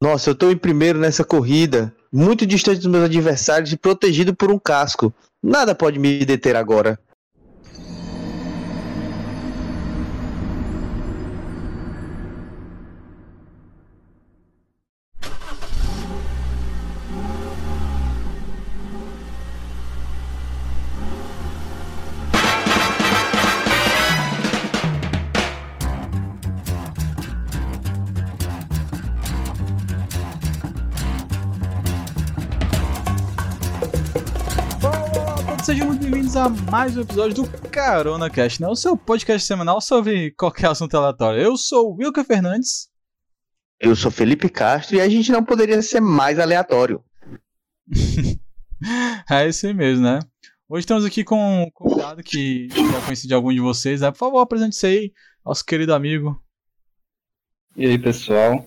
Nossa, eu tô em primeiro nessa corrida, muito distante dos meus adversários e protegido por um casco. Nada pode me deter agora. Sejam muito bem-vindos a mais um episódio do Carona Cast, né? O seu podcast semanal sobre qualquer assunto aleatório. Eu sou o Wilker Fernandes. Eu sou Felipe Castro e a gente não poderia ser mais aleatório. É esse mesmo, né? Hoje estamos aqui com um convidado que já conheci de algum de vocês, né? Por favor, apresente-se aí, nosso querido amigo. E aí pessoal,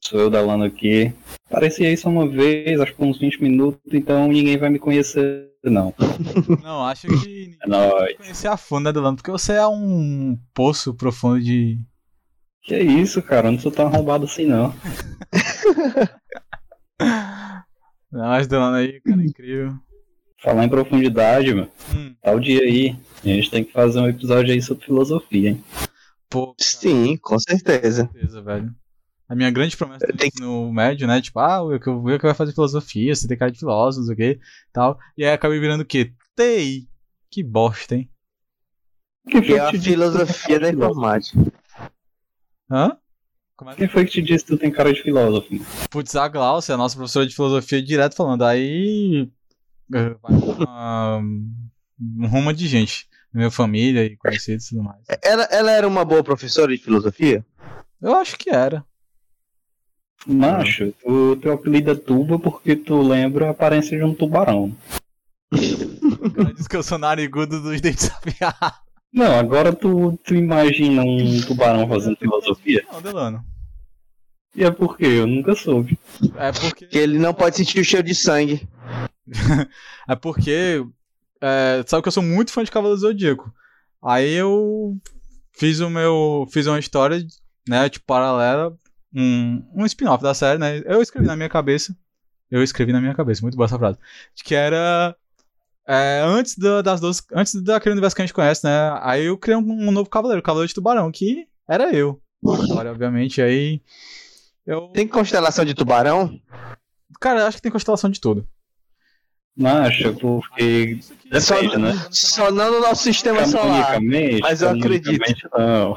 sou eu Dalano aqui. Apareci aí só uma vez, acho que uns 20 minutos, então ninguém vai me conhecer, não. Não, acho que ninguém É nóis. vai conhecer a fundo, né, Delano? Porque você é um poço profundo de. Que isso, cara, eu não sou tão arrombado assim não. Não, mas Delano aí, cara, é incrível. Falar em profundidade, mano, Hum, tal dia aí. A gente tem que fazer um episódio aí sobre filosofia, hein? pô, Sim, com certeza. certeza, velho. A minha grande promessa é Eu tenho no médio, né? Tipo, ah, o que eu vou que vai fazer filosofia, você tem cara de filósofo, não sei o quê, tal. E aí acabei virando o quê? TI. Que bosta, hein? Quem Que foi é a que te disse que tu tem filosofia cara da de filósofo? informática. Hã? Como é que... Quem foi que te disse que tu tem cara de filósofo? Putz, a Glaucia, a nossa professora de filosofia, direto falando, aí. eh, Vai uma, um rumo de gente. Minha família e conhecidos e tudo mais. Ela, ela era uma boa professora de filosofia? Eu acho que era. Macho, tu, teu apelido é tuba porque tu lembra a aparência de um tubarão. Ela disse que eu sou narigudo dos dentes afiados. Não, agora tu, tu imagina um tubarão fazendo filosofia? Não, Delano. E é porque eu nunca soube. É porque. Que ele não pode sentir o cheiro de sangue. É porque. É, sabe que eu sou muito fã de Cavaleiro do Zodíaco. Aí eu fiz o meu. Fiz uma história, né? Tipo, paralela. Um, um spin-off da série, né? Eu escrevi na minha cabeça. Eu escrevi na minha cabeça, muito boa essa frase. de Que era. é, antes da- das duas. Antes daquele universo que a gente conhece, né? Aí eu criei um, um novo cavaleiro, o Cavaleiro de Tubarão, que era eu. Agora, obviamente, aí. Eu. Tem constelação de tubarão? Cara, eu acho que tem constelação de tudo. Macho, porque Depende, só, né? só não no nosso sistema solar. canonicamente. mas eu canonicamente, Não.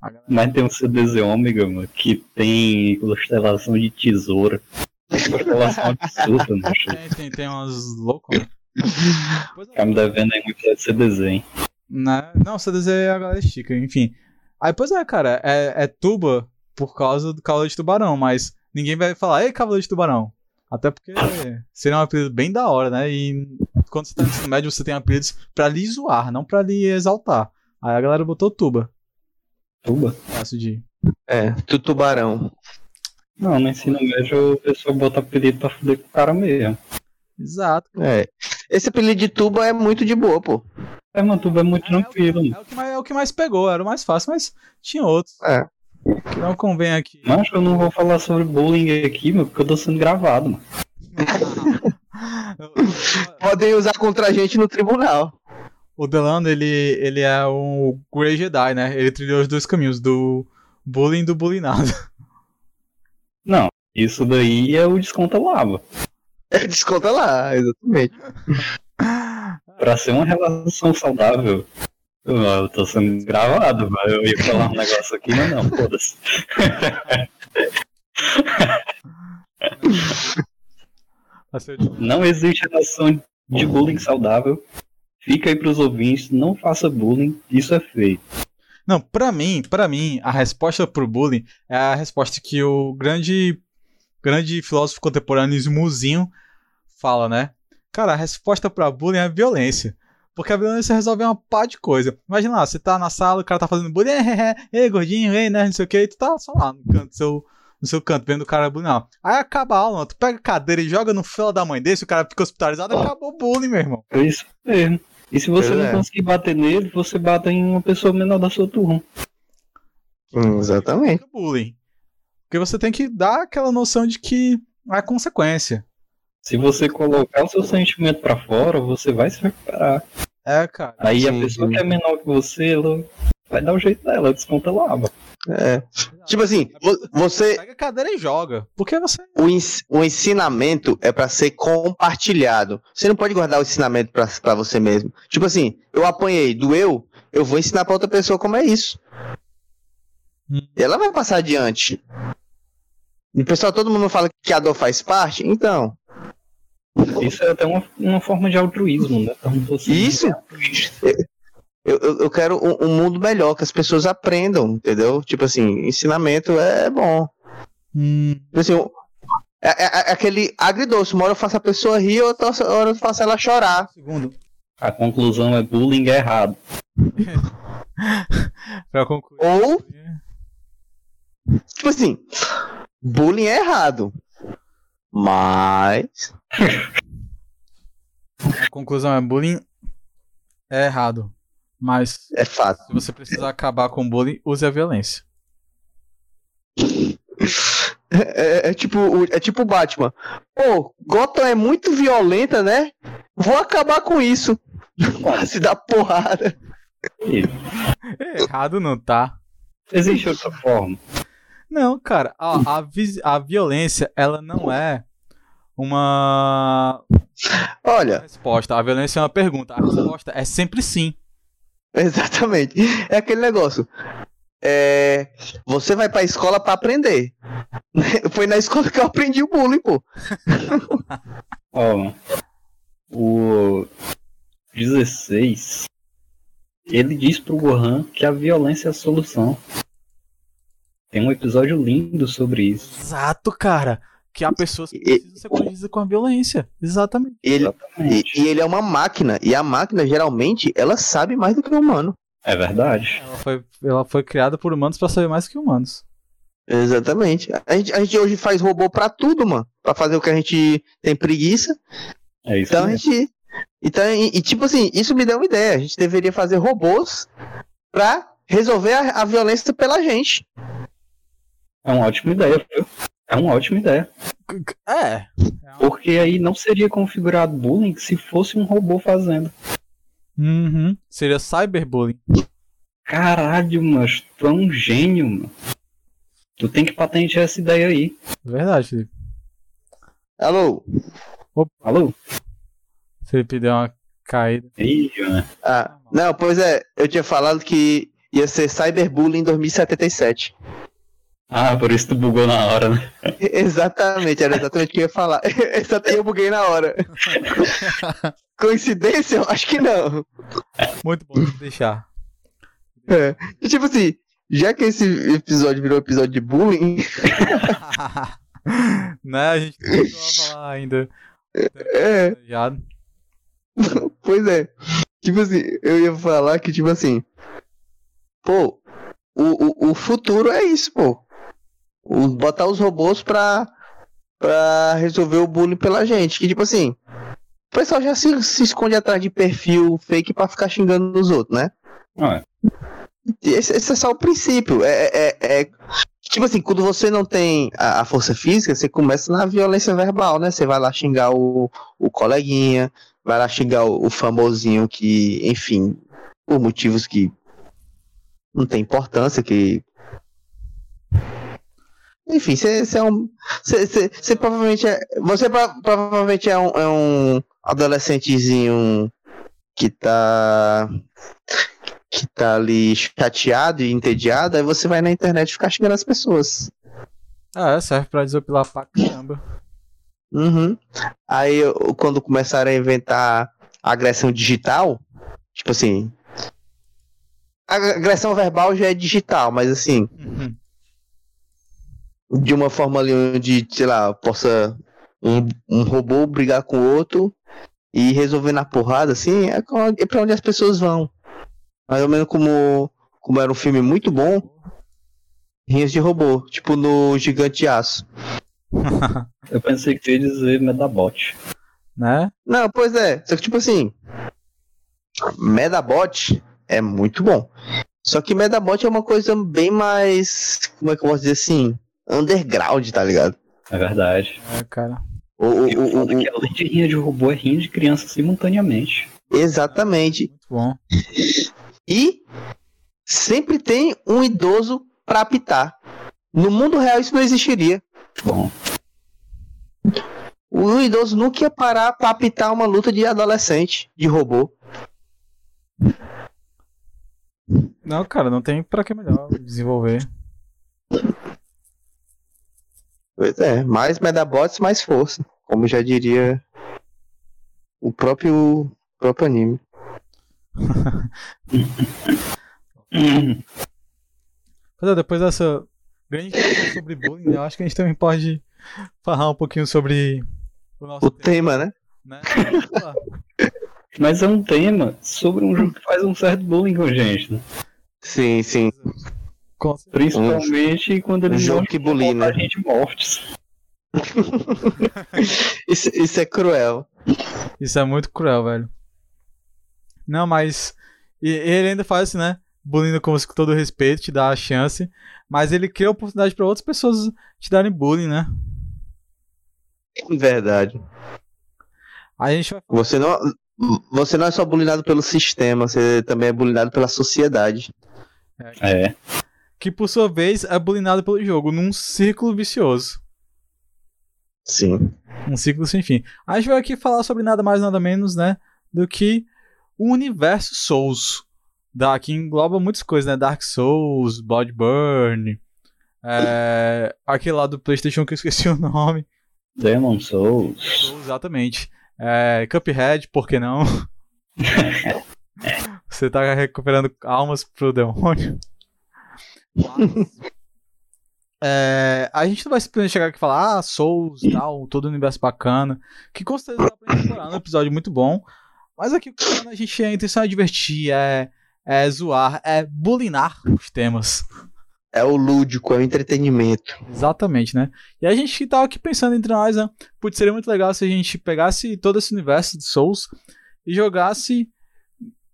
A galera- Mas tem um CDZ ômega, mano, que tem constelação de tesoura. Constelação absurda, macho. Tem, É, tem, tem umas loucas. né? Pois é. Tá me devendo aí muito de CDZ, hein? Né? Não, CDZ a galera estica, enfim. Aí, pois é, cara, é, é tuba por causa do Cavaleiro de Tubarão, mas ninguém vai falar, ei, Cavaleiro de Tubarão. Até porque seria um apelido bem da hora, né? E quando você tá no ensino médio, você tem apelidos pra lhe zoar, não pra lhe exaltar. Aí a galera botou tuba. Tuba? Fácil de. É, tu tubarão. Não, no ensino médio o pessoal bota apelido pra fuder com o cara mesmo. Exato. É. Esse apelido de tuba é muito de boa, pô. É, mano, tuba é muito É, é o que- tranquilo, mano. É o, que mais, é o que mais pegou, era o mais fácil, mas tinha outros. É. Que não convém aqui. Macho, eu não vou falar sobre bullying aqui, mano, porque eu tô sendo gravado, mano. Podem usar contra a gente no tribunal. O Delano, ele, ele é o Grey Jedi, né? Ele trilhou os dois caminhos, do bullying e do bullyingado. Não, isso daí é o desconta lava. Desconta lá, exatamente. Pra ser uma relação saudável, eu- eu tô sendo gravado, mas eu ia falar um negócio aqui, mas não, foda-se. Mas eu digo, Não existe relação de bullying saudável. Fica aí pros ouvintes, não faça bullying, isso é feio. Não, pra mim, pra mim, a resposta pro bullying é a resposta que o grande, grande filósofo contemporâneo Muzinho fala, né? Cara, a resposta pra bullying é a violência. Porque a violência resolve uma pá de coisa. Imagina lá, você tá na sala, o cara tá fazendo bullying, ei, gordinho, ei, né, não sei o que, e tu tá só lá no canto do seu, no seu canto, vendo o cara bullying. lá. Aí acaba a aula, tu pega a cadeira e joga no fela da mãe desse, o cara fica hospitalizado, acabou o bullying, meu irmão. É isso mesmo. E se você Pois não é. conseguir bater nele, você bata em uma pessoa menor da sua turma. Hum, exatamente. Bullying. Porque Porque você tem que dar aquela noção de que há consequência. Se você colocar o seu sentimento pra fora, você vai se recuperar. É, cara. Aí a Sim, pessoa sim. que é menor que você, ela vai dar o jeito dela, desconta lá, mano. É. Tipo assim, vo- você. Pega a cadeira e joga. Porque você. O, ens- o ensinamento é pra ser compartilhado. Você não pode guardar o ensinamento pra pra você mesmo. Tipo assim, eu apanhei, doeu, eu vou ensinar pra outra pessoa como é isso. Hum. E ela vai passar adiante. E o pessoal, todo mundo fala que a dor faz parte, então. Isso é até uma, uma forma de altruísmo, né? Então, você Isso? é altruísta. Eu, eu, eu quero um, um mundo melhor, que as pessoas aprendam, entendeu? Tipo assim, ensinamento é bom. Tipo assim, eu- é, é- é aquele agridoce. Uma hora eu faço a pessoa rir, outra hora eu faço ela chorar. Segundo. A conclusão é bullying é errado. Pra concluir. Ou, tipo assim, bullying é errado. Mas. A conclusão é: bullying é errado. Mas É fato. se você precisar acabar com o bullying, use a violência. É, é- é tipo o é tipo o Batman. Pô, Gotham é muito violenta, né? Vou acabar com isso. Se dá porrada. Errado não tá. Existe outra forma. Não, cara, a, a, vis- a violência, ela não é uma Olha, resposta. A violência é uma pergunta. A resposta é sempre sim. exatamente. É aquele negócio. É, você vai pra escola pra aprender. Foi na escola que eu aprendi o bullying, pô. Ó, o 16, ele diz pro Gohan que a violência é a solução. Tem um episódio lindo sobre isso. Exato, cara. Que há pessoas que E- precisam ser corrigidas com a violência. Exatamente. Ele, e, Exatamente. e ele é uma máquina. E a máquina, geralmente, ela sabe mais do que o humano. É verdade. Ela foi, ela foi criada por humanos pra saber mais que humanos. Exatamente. A gente, a gente hoje faz robô pra tudo, mano. Pra fazer o que a gente tem preguiça. É isso Então a mesmo. gente. Então, e, e, tipo assim, isso me deu uma ideia. A gente deveria fazer robôs pra resolver a, a violência pela gente. É uma ótima ideia, viu? É uma ótima ideia. É. Porque aí não seria configurado bullying se fosse um robô fazendo. Uhum. Seria cyberbullying. Caralho, mas tu é um gênio, mano. Tu tem que patentear essa ideia aí. Verdade, Felipe. Alô? Alô? Felipe deu uma caída. Ih, né? Ah, não, pois é, eu tinha falado que ia ser cyberbullying em 2077. Ah, por isso tu bugou na hora, né? exatamente, era exatamente o que eu ia falar. Exatamente, eu buguei na hora. Coincidência? Eu Acho que não. Muito bom de deixar. É. E, Tipo assim, já que esse episódio virou episódio de bullying, né? A gente não chegou a falar ainda. é. Já Pois é. Tipo assim, eu ia falar que, tipo assim. Pô, o, o, o futuro é isso, pô. O- botar os robôs pra, pra resolver o bullying pela gente. Que, tipo assim. O pessoal já se, se esconde atrás de perfil fake pra ficar xingando nos outros, né? Ah, é. Esse, esse é só o princípio. É, é, é- é- Tipo assim, quando você não tem a, a força física, você começa na violência verbal, né? Você vai lá xingar o, o coleguinha, vai lá xingar o, o famosinho que, enfim, por motivos que não tem importância, que. Enfim, você você é um. Você você- você provavelmente é. Você pro- provavelmente é um, é um adolescentezinho que tá que tá ali chateado e entediado, aí você vai na internet ficar xingando as pessoas. Ah, é, serve pra desopilar pra caramba. Uhum. Aí, eu- quando começaram a inventar a agressão digital, tipo assim. A agressão verbal já é digital, mas assim, Uhum. de uma forma ali onde, sei lá, possa um, um robô brigar com o outro e resolver na porrada, assim, é co- é pra onde as pessoas vão. Mais ou menos como, como era um filme muito bom, Rinhas de Robô, tipo no Gigante de Aço. Eu pensei que tu ia dizer Medabot. né? Não, pois é. Só que, tipo assim, Medabot é muito bom. Só que Medabot é uma coisa bem mais. Como é que eu posso dizer assim? underground, tá ligado? É verdade. É, cara. O, o- E o o- o- foda é que além de rinha de robô, é rinha de criança simultaneamente. exatamente. Muito bom. E sempre tem um idoso pra apitar. No mundo real isso não existiria. Bom, O idoso nunca ia parar pra apitar uma luta de adolescente, de robô. Não, cara, não tem pra que melhor desenvolver. Pois é, mais Medabots, mais força. Como já diria o próprio, o próprio anime. Pois é, depois dessa grande questão sobre bullying, né, eu acho que a gente também pode falar um pouquinho sobre o nosso O tema, né? né? Vamos lá. mas é um tema sobre um jogo que faz um certo bullying com a gente, né? Sim, sim. Com certeza. Principalmente quando Um eles jogo vão que bulina. a gente mortes. Isso, isso é cruel. Isso é muito cruel, velho. Não, mas. E ele ainda faz assim, né? Bullying com você com todo respeito, te dá a chance. Mas ele cria oportunidade pra outras pessoas te darem bullying, né? Verdade. Aí a gente vai. Você não, você não é só bulinado pelo sistema, você também é bulinado pela sociedade. É. Que por sua vez é bullyingado pelo jogo, num círculo vicioso. Sim. Um círculo sem fim. A gente vai aqui falar sobre nada mais, nada menos, né? Do que o universo Souls. Da, que engloba muitas coisas, né? Dark Souls, Bloodburn. É, aquele lá do PlayStation que eu esqueci o nome. Demon Souls. Sou, exatamente. É, Cuphead, por que não? Você tá recuperando almas pro demônio. Mas, é, a gente não vai simplesmente chegar aqui e falar, ah, Souls e tal, todo o universo bacana. Que com certeza dá pra explorar, é um episódio muito bom. Mas aqui o que tá na gente a intenção é divertir, é, é zoar, é bulinar os temas. É o lúdico, é o entretenimento. Exatamente, né? E a gente tava aqui pensando entre nós, né? Putz, seria muito legal se a gente pegasse todo esse universo de Souls e jogasse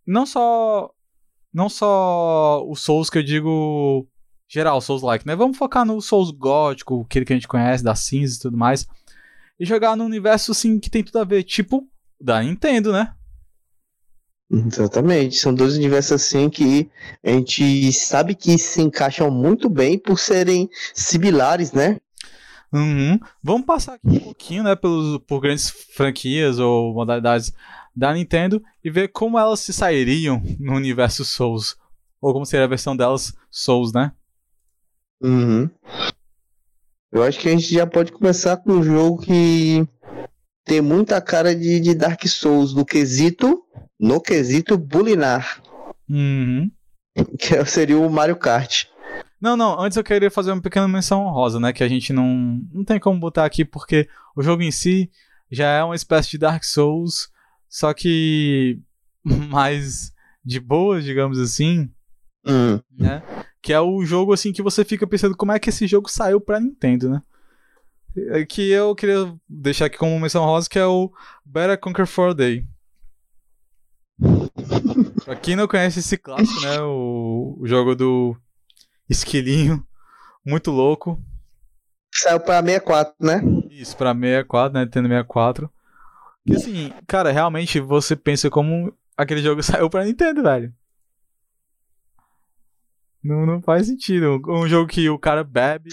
não só não só o Souls que eu digo geral, Souls like, né? Vamos focar no Souls gótico, aquele que a gente conhece, das cinzas e tudo mais, e jogar num universo assim que tem tudo a ver, tipo da Nintendo, né? Exatamente. São dois universos assim que a gente sabe que se encaixam muito bem por serem similares, né? Uhum. Vamos passar aqui um pouquinho, né, pelos, por grandes franquias ou modalidades da Nintendo e ver como elas se sairiam no universo Souls. Ou como seria a versão delas, Souls, né? Uhum. Eu acho que a gente já pode começar com um jogo que tem muita cara de, de Dark Souls no quesito, no quesito bulinar, Uhum. que seria o Mario Kart. Não, não, antes eu queria fazer uma pequena menção honrosa, né? Que a gente não, não tem como botar aqui, porque o jogo em si já é uma espécie de Dark Souls, só que mais de boa, digamos assim. Hum. né? Que é o jogo assim que você fica pensando como é que esse jogo saiu pra Nintendo, né? É Que eu queria deixar aqui como menção rosa que é o Better Conquer 4 Day. pra quem não conhece esse clássico, né? O, o jogo do esquilinho, muito louco. Saiu pra 64, né? Isso, pra 64, né? Nintendo 64. Que assim, cara, realmente você pensa como aquele jogo saiu pra Nintendo, velho. Não, não faz sentido. Um jogo que o cara bebe.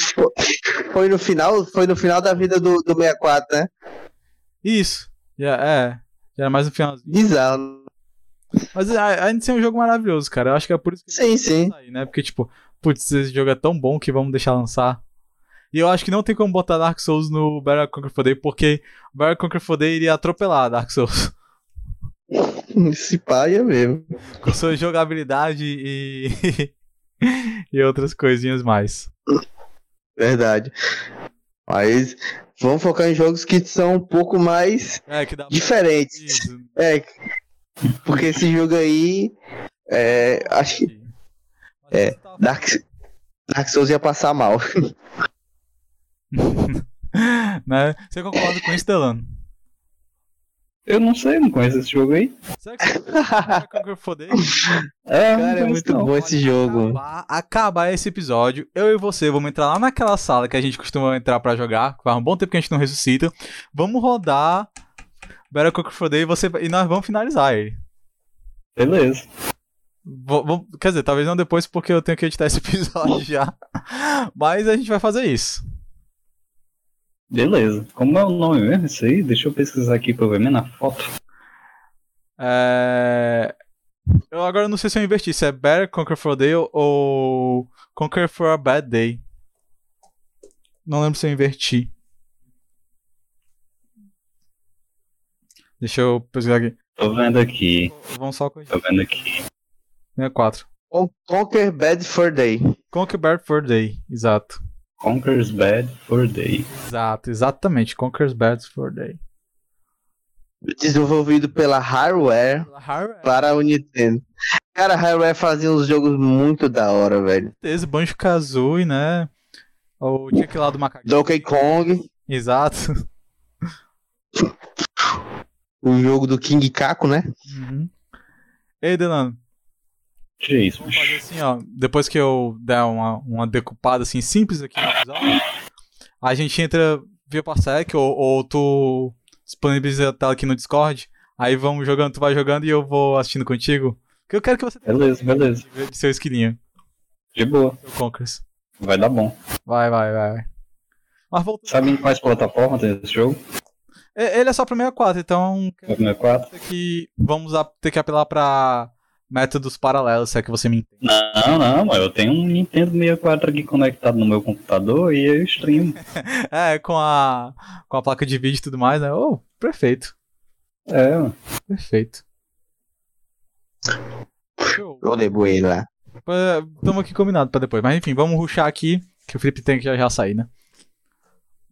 Foi no final, foi no final da vida do, do 64, né? Isso. Já, é. Já era mais no finalzinho. Bizarro. Mas a- ainda assim é um jogo maravilhoso, cara. Eu acho que é por isso que Sim, sim. sair, né? Porque, tipo, putz, esse jogo é tão bom que vamos deixar lançar. E eu acho que não tem como botar Dark Souls no Battle Conquer 4 Day, porque Battle Conquer 4 Day iria atropelar Dark Souls. Esse pai é mesmo. com sua jogabilidade e e outras coisinhas mais. Verdade. Mas vamos focar em jogos que são um pouco mais É que dá pra- diferentes. Isso. né? É, porque esse jogo aí. É, acho que É. Mas você tá tava Dark, Dark Souls ia passar mal. falando, né? Você concorda com isso, Delano? Eu não sei, não conheço esse jogo aí. Será que você vai Conquer for Days? É, eu não Cara, é conheço, muito não. bom esse Olha, jogo. Acabar, acabar esse episódio, eu e você vamos entrar lá naquela sala que a gente costuma entrar pra jogar, que faz um bom tempo que a gente não ressuscita. Vamos rodar Battle Conquer for Day e, você, e nós vamos finalizar ele. Beleza. Vo- vo- quer dizer, talvez não depois, porque eu tenho que editar esse episódio já. Mas a gente vai fazer isso. Beleza. Como é o nome mesmo isso aí? Deixa eu pesquisar aqui pra eu ver mesmo na foto. É... Eu agora não sei se eu inverti, se é Better Conquer for a Day ou Conquer for a Bad Day. Não lembro se eu inverti. Deixa eu pesquisar aqui. Tô vendo aqui. Vamos só corrigir. Tô vendo aqui. 64. Con- Conquer Bad for Day. É Conquer Bad for a Day, exato. Conquer's Bad for Day. Exato, exatamente. Conquer's Bad for a Day. Desenvolvido pela Hardware para o Nintendo. Cara, a Hardware fazia uns jogos muito da hora, velho. certeza, Banjo Kazooie, né? O tinha aquele lá do macaco. Donkey Kong, Exato. o jogo do King Caco, né? Uhum. Ei, Delano, Que isso, vamos fazer bicho. assim, ó. Depois que eu der uma, uma decupada assim simples aqui no episódio, a gente entra via Parsec ou, ou tu disponibiliza a tela aqui no Discord. Aí vamos jogando, tu vai jogando e eu vou assistindo contigo. Porque eu quero que você Beleza, beleza. tenha seu esquilinho, De boa. seu Conkers. Vai dar bom. Vai, vai, vai. vai. Mas voltou. Sabe em quais plataformas tem esse jogo? E- Ele é só pro 64, então Pro 64? ter que vamos a- ter que apelar pra métodos paralelos, se é que você me entende. Não, não, mas eu tenho um Nintendo 64 aqui conectado no meu computador e eu streamo. É, com a com a placa de vídeo e tudo mais, né? Oh, perfeito. É, mano. Perfeito. Show. Eu lembro ele lá. Estamos aqui combinado pra depois. Mas enfim, vamos ruxar aqui, que o Felipe tem que já, já sair, né?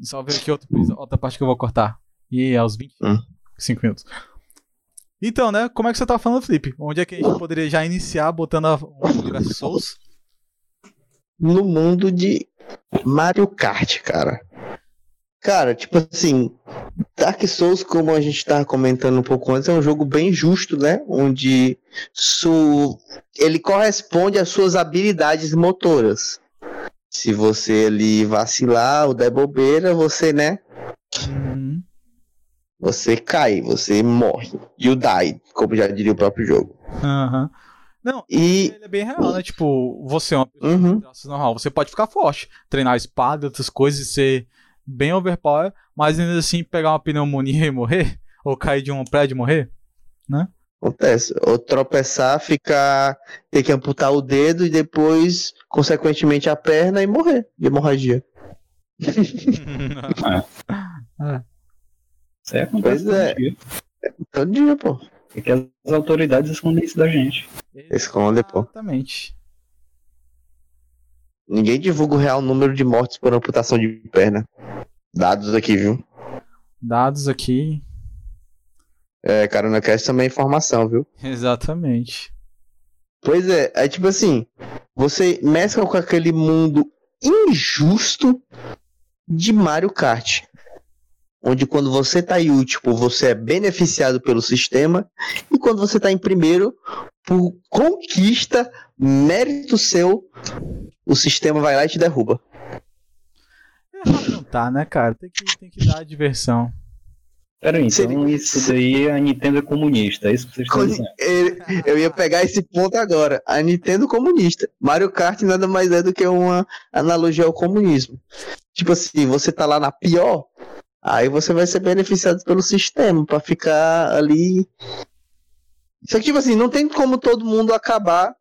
Só ver aqui outro episo- outra parte que eu vou cortar. E aos 25 minutos. Então, né? Como é que você tá falando, Felipe? Onde é que a gente poderia já iniciar botando a, um universo Souls? no mundo de Mario Kart, cara. Cara, tipo assim, Dark Souls, como a gente tava comentando um pouco antes, é um jogo bem justo, né? Onde su... ele corresponde às suas habilidades motoras. Se você ali vacilar ou der bobeira, você, né? Uhum. Você cai, você morre. You die, como já diria o próprio jogo. Aham. E. Ele é bem real, né? Tipo, você é uma pessoa Uhum. de traços normal. Você pode ficar forte, treinar espada, outras coisas, e ser bem overpower, mas ainda assim pegar uma pneumonia e morrer, ou cair de um prédio e morrer. Acontece. Ou tropeçar, ficar. ter que amputar o dedo e depois, consequentemente, a perna e morrer de hemorragia. Isso aí acontece. Pois é. todo dia. Todo dia, pô. É que as autoridades escondem isso da gente. Esconde, pô. Exatamente. Ninguém divulga o real número de mortes por amputação de perna. Dados aqui, viu? Dados aqui. É, cara, na cast também é informação, viu? Exatamente. Pois é, é tipo assim, você mescla com aquele mundo injusto de Mario Kart. Onde quando você tá em último, você é beneficiado pelo sistema, e quando você tá em primeiro, por conquista, mérito seu, o sistema vai lá e te derruba. Errado não tá, né, cara? Tem que, tem que dar a diversão. Peraí, Se então ele- isso daí a Nintendo é comunista, é isso que vocês estão Coisa- dizendo. Eu, eu ia pegar esse ponto agora. A Nintendo comunista. Mario Kart nada mais é do que uma analogia ao comunismo. Tipo assim, você tá lá na pior, aí você vai ser beneficiado pelo sistema pra ficar ali. Só que, tipo assim, não tem como todo mundo acabar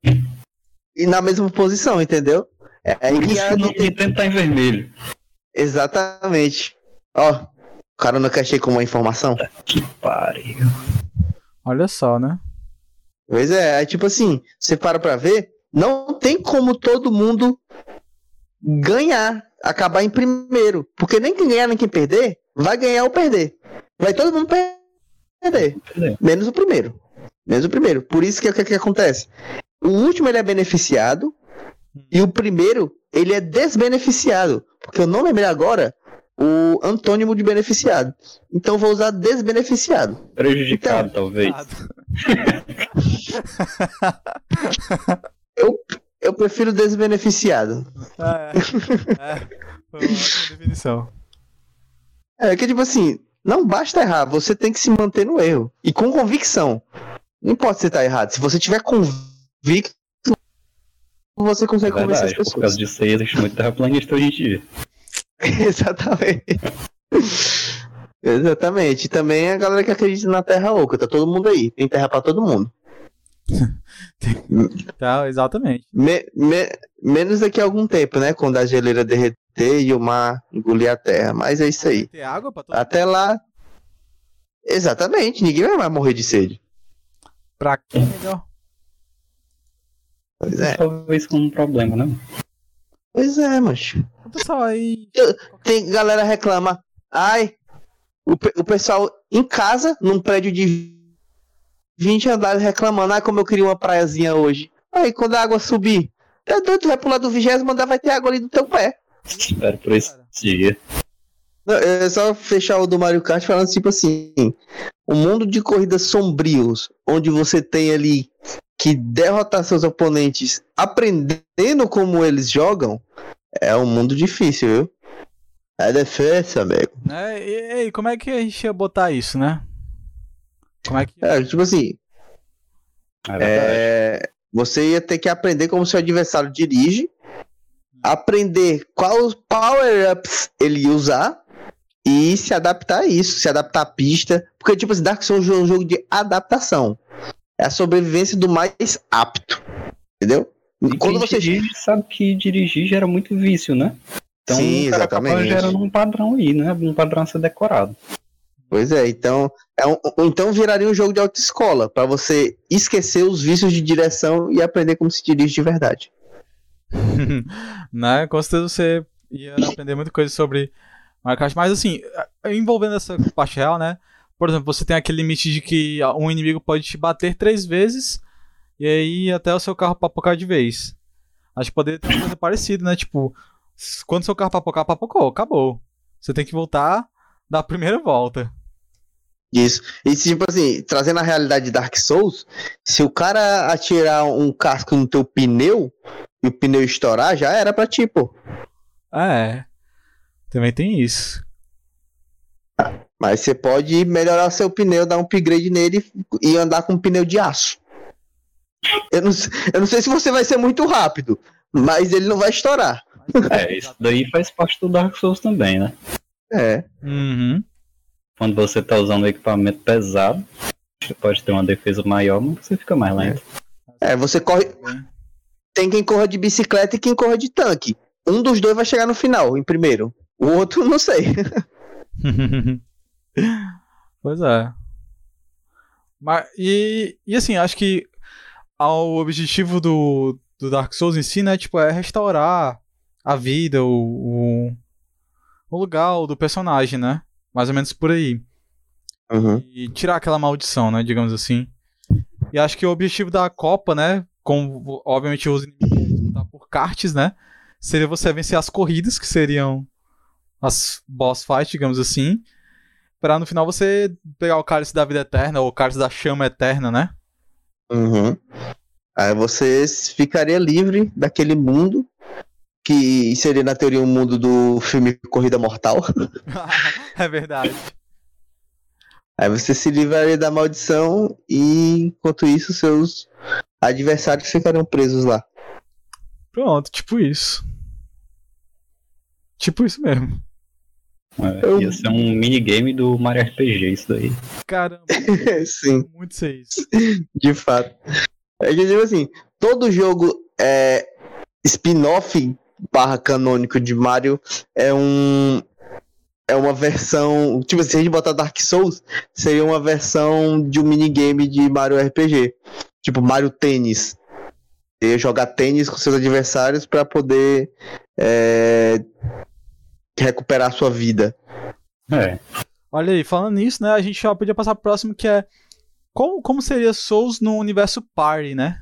e na mesma posição, entendeu? É, é Por isso criado- que a Nintendo tá em vermelho. Exatamente. Ó, o cara não cachei com uma informação. Pare. Olha só, né? Pois é, é tipo assim, você para pra ver, não tem como todo mundo ganhar, acabar em primeiro. Porque nem quem ganhar, nem quem perder, vai ganhar ou perder. Vai todo mundo per- perder. É. Menos o primeiro. Menos o primeiro. Por isso que é o que, que acontece? O último ele é beneficiado e o primeiro ele é desbeneficiado. Porque eu não lembrei agora o antônimo de beneficiado. Então vou usar desbeneficiado. Prejudicado, Então, ah, talvez. Eu prefiro desbeneficiado. Ah, é. é. Foi uma ótima definição. É que tipo assim, não basta errar, você tem que se manter no erro. E com convicção. Não importa se você tá errado, se você tiver convicto, você É consegue convencer as verdade, por pessoas. causa disso aí existe muito terraplanista hoje em dia. Exatamente. Exatamente. E também a galera que acredita na Terra Oca, tá todo mundo aí. Tem terra pra todo mundo. Tá, exatamente. Me- me- menos daqui a algum tempo, né? Quando a geleira derreter e o mar engolir a terra. Mas é isso aí. Tem água pra todo Até lá. Exatamente, ninguém vai mais morrer de sede. Pra quem é melhor? Pois é. Talvez como um problema, né? Pois é, mancho. O pessoal aí. Tem galera reclama. Ai, o, pe- o pessoal em casa, num prédio de 20 andares, reclamando. Ai, como eu queria uma praiazinha hoje. Aí, quando a água subir, tá doido, tu vai pular do vigésimo andar, vai ter água ali do teu pé. Espero por esse dia. Não, É só fechar o do Mario Kart falando tipo assim: o mundo de corridas sombrios, onde você tem ali que derrotar seus oponentes aprendendo como eles jogam, é um mundo difícil, viu? É defesa, amigo. Né? E, e como é que a gente ia botar isso, né? Como é que. É, tipo assim, É verdade. é, você ia ter que aprender como seu adversário dirige, aprender quais power-ups ele ia usar e se adaptar a isso, se adaptar à pista. Porque, tipo assim, Dark Souls é um jogo de adaptação. É a sobrevivência do mais apto. Entendeu? E Quando quem você. dirige sabe que dirigir gera muito vício, né? Então Sim, o cara acaba exatamente. gerando um padrão aí, né? Um padrão a ser decorado. Pois é, então. É um, então viraria um jogo de autoescola, para você esquecer os vícios de direção e aprender como se dirige de verdade. né? Com certeza você ia aprender muita coisa sobre Mario Kart, mas assim, envolvendo essa parte real, né? Por exemplo, você tem aquele limite de que um inimigo pode te bater três vezes e aí até o seu carro papocar de vez. Acho que poderia ter uma coisa parecida, né? Tipo, s- quando seu carro papocar, papocou, acabou. Você tem que voltar da primeira volta. Isso. E se, tipo assim, trazendo a realidade de Dark Souls, se o cara atirar um casco no teu pneu e o pneu estourar, já era pra ti, pô. É. Também tem isso. Mas você pode melhorar seu pneu, dar um upgrade nele e andar com um pneu de aço. Eu não, se- eu não sei se você vai ser muito rápido, mas ele não vai estourar. É, isso daí faz parte do Dark Souls também, né? É. Uhum. Quando você tá usando equipamento pesado, você pode ter uma defesa maior, mas você fica mais lento. É, você corre. Tem quem corra de bicicleta e quem corra de tanque. Um dos dois vai chegar no final, em primeiro. O outro, não sei. pois é. Mas, e, e assim, acho que ao objetivo do, do Dark Souls em si, né? Tipo, é restaurar a vida, o, o, o lugar do personagem, né? Mais ou menos por aí. E tirar aquela maldição, né? Digamos assim. E acho que o objetivo da Copa, né? Com, obviamente, os inimigos iam disputar por cartes, né? Seria você vencer as corridas, que seriam as boss fights, digamos assim. Pra no final você pegar o cálice da vida eterna, ou o cálice da chama eterna, né? Uhum. Aí você ficaria livre daquele mundo que seria na teoria o mundo do filme Corrida Mortal. é verdade. Aí você se livraria da maldição e enquanto isso seus adversários ficariam presos lá. Pronto, tipo isso. Tipo isso mesmo. É, Eu- Ia ser um minigame do Mario RPG, isso daí. Caramba, Sim, muito ser isso. de fato. É que tipo assim, todo jogo é spin-off barra canônico de Mario é um é uma versão, tipo assim, se a gente botar Dark Souls, seria uma versão de um minigame de Mario RPG, tipo Mario Tênis. Você ia jogar tênis com seus adversários pra poder é, recuperar sua vida. É, Olha aí, falando nisso, né? A gente já podia passar pro próximo que é. Como, como seria Souls no universo Party, né?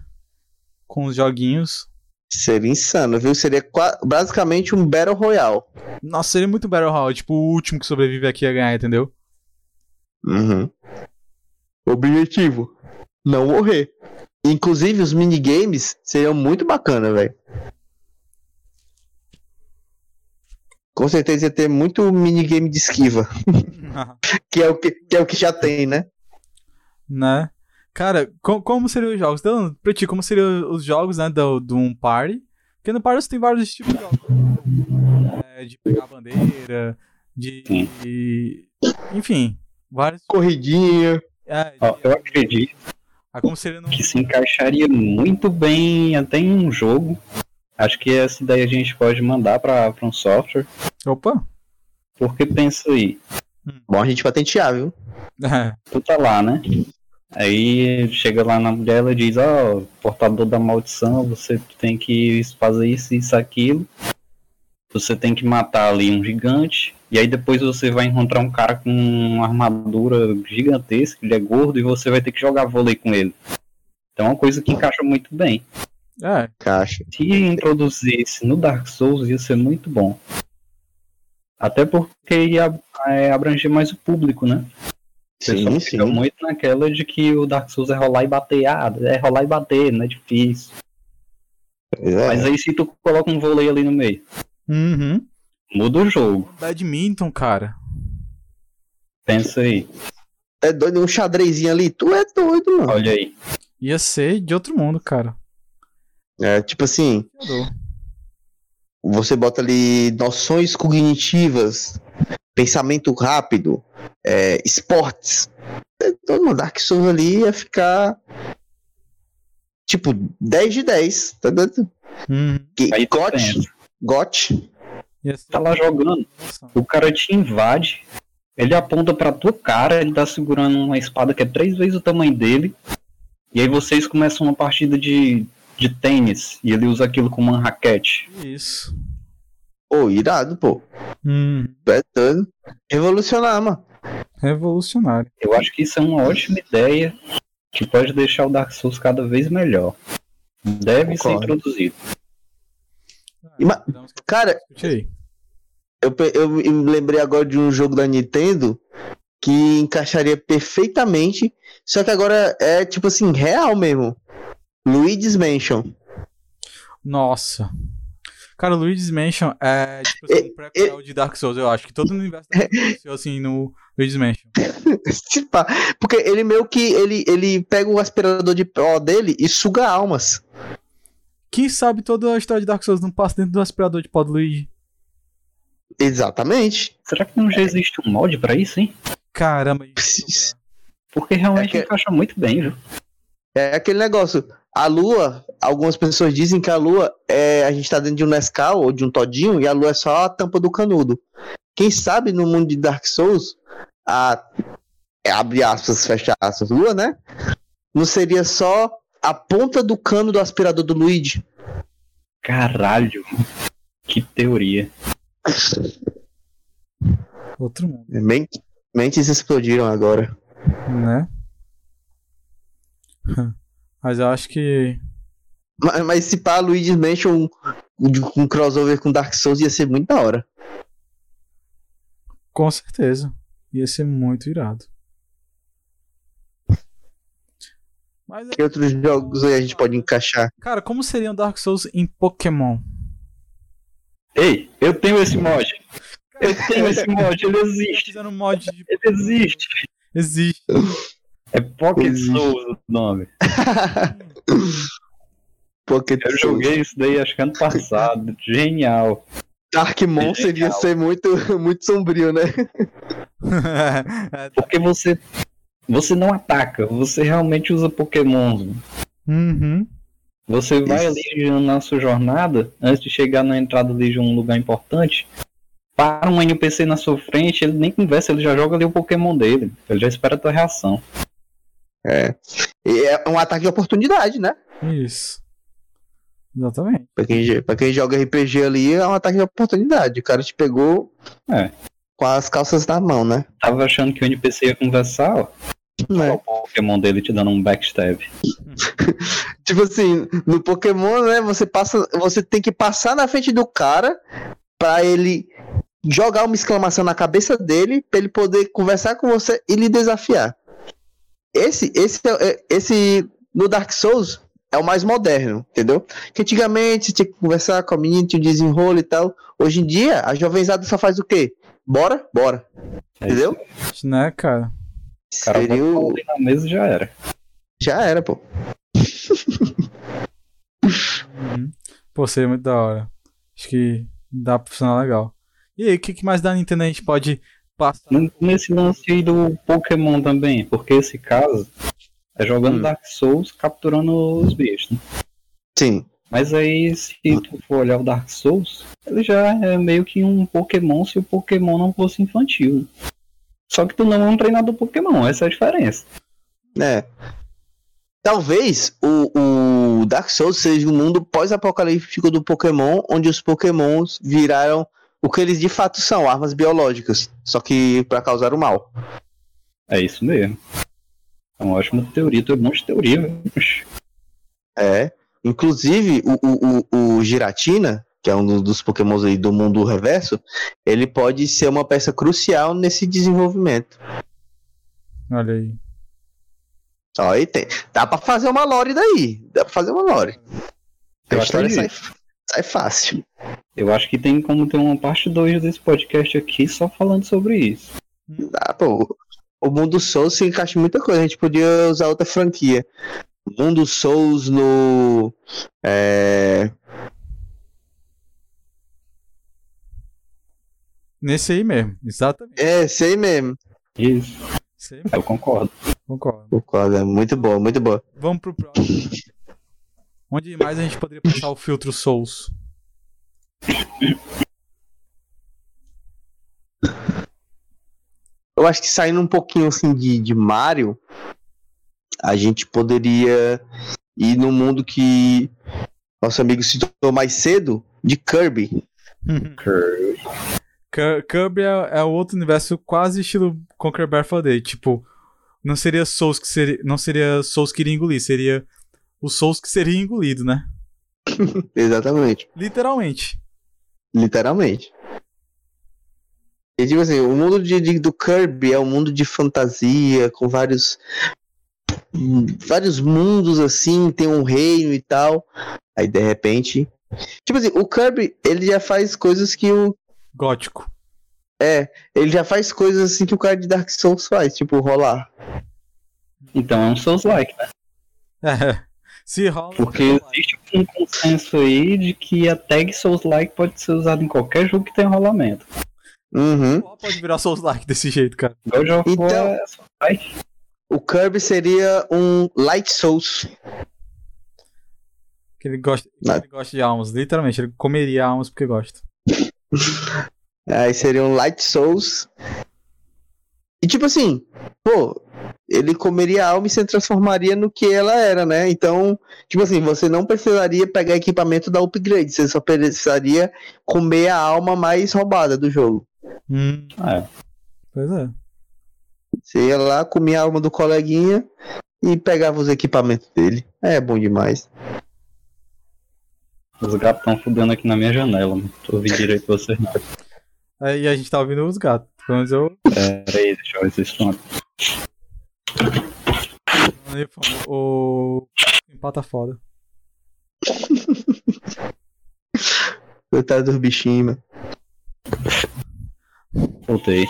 Com os joguinhos. Seria insano, viu? Seria qua- basicamente um Battle Royale. Nossa, seria muito Battle Royale. Tipo, o último que sobrevive aqui ia ganhar, entendeu? Uhum. Objetivo: não morrer. Inclusive, os minigames seriam muito bacana, velho. Com certeza ia ter muito minigame de esquiva, que é o que, que, é o que já tem, né? né? Cara, co- como seriam os jogos? Então, pra ti, como seriam os jogos, né, do, do um party? Porque no party você tem vários tipos de jogos. É, de pegar a bandeira, de... Sim. de- Enfim, vários... Corridinha. É, Ó, de- eu acredito ah, como seria num... que se encaixaria muito bem até em um jogo. Acho que essa ideia a gente pode mandar pra, pra um software. Opa! Porque pensa aí, Bom, a gente patentear, viu? É, tu tá lá, né? Aí chega lá na mulher, ela diz, ó, portador da maldição, você tem que fazer isso, isso, aquilo. Você tem que matar ali um gigante. E aí depois você vai encontrar um cara com uma armadura gigantesca, ele é gordo, e você vai ter que jogar vôlei com ele. Então é uma coisa que encaixa muito bem. é, Caixa. Se introduzisse no Dark Souls, ia ser muito bom. Até porque ia é, abranger mais o público, né? O pessoal Sim, fica sim. muito naquela de que o Dark Souls é rolar e bater. Ah, é rolar e bater, não é difícil. Pois é. Mas aí se tu coloca um vôlei ali no meio, Uhum. muda o jogo. Badminton, cara. Pensa aí, É doido, um xadrezinho ali. Tu é doido, mano. olha aí. Ia ser de outro mundo, cara. É tipo assim, Adoro. você bota ali noções cognitivas, pensamento rápido, é, esportes. É, Todo mundo Dark Souls ali ia ficar tipo 10 de 10, tá doido? Uhum. Que- Aí tu Got, pensa, got. Ia ser tá lá jogando, Nossa. o cara te invade, ele aponta pra tua cara, ele tá segurando uma espada que é três vezes o tamanho dele. E aí vocês começam uma partida de, de tênis, e ele usa aquilo como uma raquete. Isso. Pô, irado, pô. Uhum. Tu É doido. Revolucionar, mano. Revolucionário. Eu acho que isso é uma ótima ideia que pode deixar o Dark Souls cada vez melhor. Deve ser Concordo. introduzido. Ima- Cara, Escute aí. eu, pe- eu me lembrei agora de um jogo da Nintendo que encaixaria perfeitamente, só que agora é tipo assim, real mesmo. Luigi's Mansion. Nossa. Cara, o Luigi's Mansion é tipo assim, um prequel de Dark Souls, eu acho. Que todo o universo da Dark Souls aconteceu assim no Luigi's Mansion. Se pá, Tipo, ah, Porque ele meio que ele, ele pega o aspirador de pó dele e suga almas. Quem sabe toda a história de Dark Souls não passa dentro do aspirador de pó do Luigi? Exatamente. Será que não já existe um mod pra isso, hein? Caramba, a gente tem que procurar. Porque É realmente que- encaixa muito bem, viu? É aquele negócio. A lua, algumas pessoas dizem que a lua é. A gente tá dentro de um Nescau ou de um Todinho e a lua é só a tampa do canudo. Quem sabe no mundo de Dark Souls, a. é, Abre aspas, fecha aspas, lua, né? Não seria só a ponta do cano do aspirador do Luigi. Caralho. Que teoria. Outro mundo, Men- Mentes explodiram agora. né? Hum. Mas eu acho que. Mas, mas se pá, Luigi's Mansion um, de- com crossover com Dark Souls ia ser muito da hora. Com certeza. Ia ser muito irado. Mas é- Que outros jogos aí a gente pode encaixar? Cara, como seria um Dark Souls em Pokémon? Ei, eu tenho esse mod. Eu tenho esse mod, ele Já existe. fizeram um mod de. Ele existe. Existe. É Pocket Existe. Souls o nome. Porque Eu joguei isso daí acho que ano passado. Genial. Dark Monster ia ser muito, muito sombrio, né? É. Porque você. Você não ataca, você realmente usa Pokémon. Uhum. Você vai Isso. ali na sua jornada, antes de chegar na entrada ali de um lugar importante, para um NPC na sua frente, ele nem conversa, ele já joga ali o Pokémon dele. Ele já espera a tua reação. É. E é um ataque de oportunidade, né? Isso. Exatamente. Pra quem, pra quem joga RPG ali, é um ataque de oportunidade. O cara te pegou É. com as calças na mão, né? Tava achando que o NPC ia conversar, ó. Não ó, é? O Pokémon dele te dando um backstab. tipo assim, no Pokémon, né? Você passa, você tem que passar na frente do cara pra ele jogar uma exclamação na cabeça dele pra ele poder conversar com você e lhe desafiar. Esse, esse, é esse no Dark Souls é o mais moderno, entendeu? Que antigamente você tinha que conversar com a menina, tinha um desenrolo e tal. Hoje em dia, a jovenzada só faz o quê? Bora, bora. Entendeu? Né, cara? O É cara Seria o- botou ali na mesa e já era. Já era, pô. Uhum. Pô, seria muito da hora. Acho que dá pra funcionar legal. E aí, o que, que mais da Nintendo a gente pode passar? Hum. N- Nesse lance aí do Pokémon também, porque esse caso é jogando Hum. Dark Souls capturando os bichos. né? Sim. Mas aí, se tu for olhar o Dark Souls, ele já é meio que um Pokémon se o Pokémon não fosse infantil. Só que tu não é um treinador Pokémon, essa é a diferença. É. Talvez o, o Dark Souls seja um mundo pós-apocalíptico do Pokémon, onde os Pokémons viraram o que eles de fato são, armas biológicas, só que pra causar o mal. É isso mesmo. É uma ótima teoria, tu é bom de teoria, velho. Oxi. É. Inclusive, o, o, o, o Giratina, que é um do- dos Pokémons aí do mundo reverso, ele pode ser uma peça crucial nesse desenvolvimento. Olha aí. Ó, aí tem. Dá pra fazer uma lore daí. Dá pra fazer uma lore. A Eu história sai, acredito. sai fácil. Eu acho que tem como ter uma parte 2 desse podcast aqui só falando sobre isso. Dá, Ah, pô. O mundo Souls se encaixa em muita coisa. A gente podia usar outra franquia. Mundo Souls no. É... Nesse aí mesmo, exatamente. é, sei mesmo. Isso, Esse aí mesmo, eu concordo. concordo. Concordo, é muito boa, muito boa. Vamos pro próximo. Onde mais a gente poderia passar o filtro Souls? Eu acho que saindo um pouquinho assim de, de Mario, a gente poderia ir no mundo que nosso amigo citou mais cedo, de Kirby. Cur- Kirby é, é outro universo quase estilo Conquer Barefoot Day. Tipo, não seria Souls que seria. Não seria Souls que iria engolir, seria o Souls que seria engolido, né? Exatamente. Literalmente. Literalmente. E tipo assim, o mundo de, de- do Kirby é um mundo de fantasia, com vários. Vários mundos assim, tem um reino e tal. Aí de repente. Tipo assim, o Kirby, ele já faz coisas que o, Gótico. É, ele já faz coisas assim que o cara de Dark Souls faz, tipo rolar. Então é um Souls-like, né? É. Se rola. Porque existe um consenso aí de que a tag Souls-like pode ser usada em qualquer jogo que tem rolamento. Uhum. Pode virar Souls like desse jeito, cara. God of Então- War é Souls-like. O Kirby seria um Light Souls. Que ele gosta, que Vai. ele gosta de almas, literalmente. Ele comeria almas porque gosta. Aí seria um Light Souls. E tipo assim, pô, ele comeria a alma e se transformaria no que ela era, né? Então, tipo assim, você não precisaria pegar equipamento da upgrade, você só precisaria comer a alma mais roubada do jogo. Hum. Ah, Pois é. Você ia lá, comia a alma do coleguinha e pegava os equipamentos dele. É bom demais. os gatos estão fudendo aqui na minha janela, mano. Tô ouvindo direito vocês né? não. Aí a gente tá ouvindo os gatos. Pelo menos eu. Pera aí, deixa eu ver se vocês estão. O. Empata foda. Coitado dos bichinhos, mano. Voltei.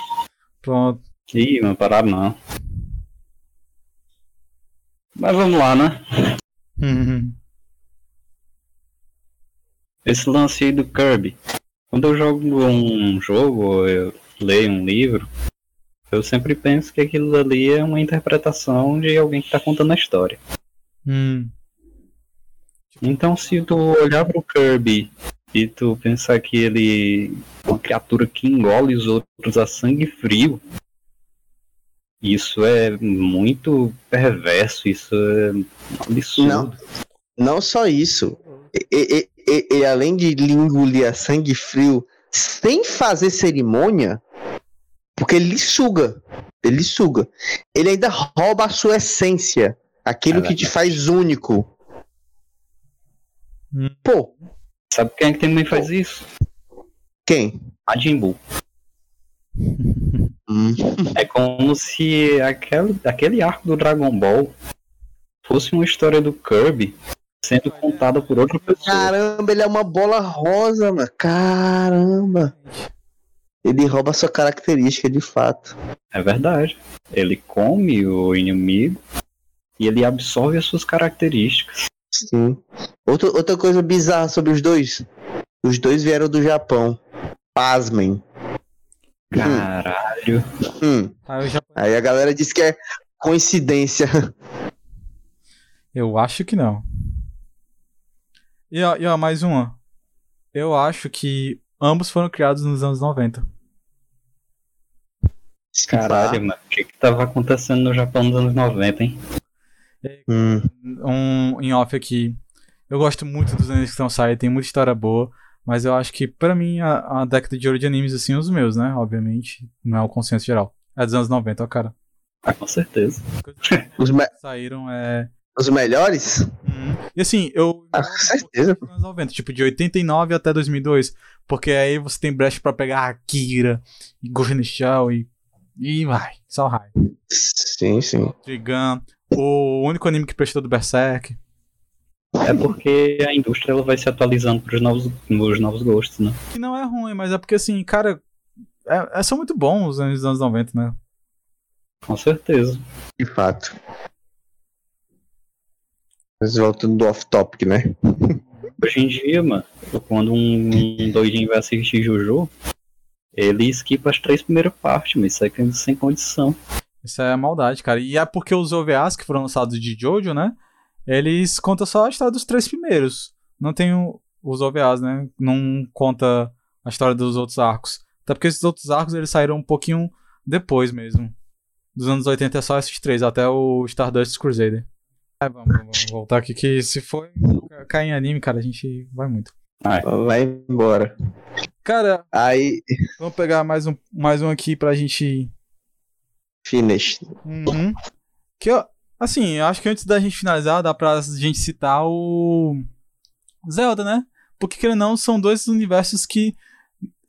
Pronto. Ih, não pararam não. Mas vamos lá, né? Esse lance aí do Kirby. Quando eu jogo um jogo, ou eu leio um livro, eu sempre penso que aquilo ali é uma interpretação de alguém que tá contando a história. Hum. Então, se tu olhar pro Kirby e tu pensar que ele é uma criatura que engole os outros a sangue frio, isso é muito perverso, isso é um absurdo. Não. Não só isso. E, e- e- e- e além de lhe engolir a sangue frio sem fazer cerimônia, porque ele lhe suga. Ele lhe suga. Ele ainda rouba a sua essência. Aquilo que te faz único. Hum. Pô, Sabe quem é que também faz isso? quem? Majin Buu. Hum. É como se aquele, aquele arco do Dragon Ball fosse uma história do Kirby sendo contada por outra pessoa. Caramba, ele é uma bola rosa, mano. Caramba. Ele rouba a sua característica de fato. É verdade. Ele come o inimigo e ele absorve as suas características. Sim. Outra, outra coisa bizarra sobre os dois. Os dois vieram do Japão. Pasmem. Caralho. Hum. Ah, eu, já- Aí a galera diz que é coincidência. eu acho que não. E ó, e ó, mais uma. Eu acho que ambos foram criados nos anos 90. Caralho, mano. O que que tava acontecendo no Japão nos anos 90, hein? Hum. um em off aqui. Eu gosto muito dos animes que estão saindo, tem muita história boa, mas eu acho que pra mim a, a década de ouro de animes assim os meus, né? Obviamente, não é o consenso geral. É dos anos 90, ó, cara. Ah, com certeza. Os, me- Saíram é os melhores? Uhum. E assim, eu. Ah, com certeza, Nos anos 90, tipo, de 89 até 2002. Porque aí você tem brecha pra pegar Akira, e Ghost in the Shell e. E vai, só raio. Sim, sim. Trigun, o único anime que prestou do Berserk. É porque a indústria ela vai se atualizando pros novos, nos novos gostos, né? Que não é ruim, mas é porque assim, cara. É, é- são muito bons os anos, anos 90, né? Com certeza. De fato. Mas voltando do off-topic, né? Hoje em dia, mano, quando um doidinho vai assistir Jojo, ele esquipa as três primeiras partes, mas isso é que- sem condição. Isso é maldade, cara. E é porque os OVAs que foram lançados de Jojo, né? Eles contam só a história dos três primeiros. Não tem o- os OVAs, né? Não conta a história dos outros arcos. Até porque esses outros arcos eles saíram um pouquinho depois mesmo. Dos anos 80 é só esses três, até o Stardust Crusader. É, vamos, vamos voltar aqui que se for ca- cair em anime, cara, a gente vai muito. Vai embora. Cara, Aí, vamos pegar mais um, mais um aqui pra gente finish. Uhum. Que eu, assim, eu acho que antes da gente finalizar, dá pra gente citar o Zelda, né? Porque, querendo ou não, são dois universos que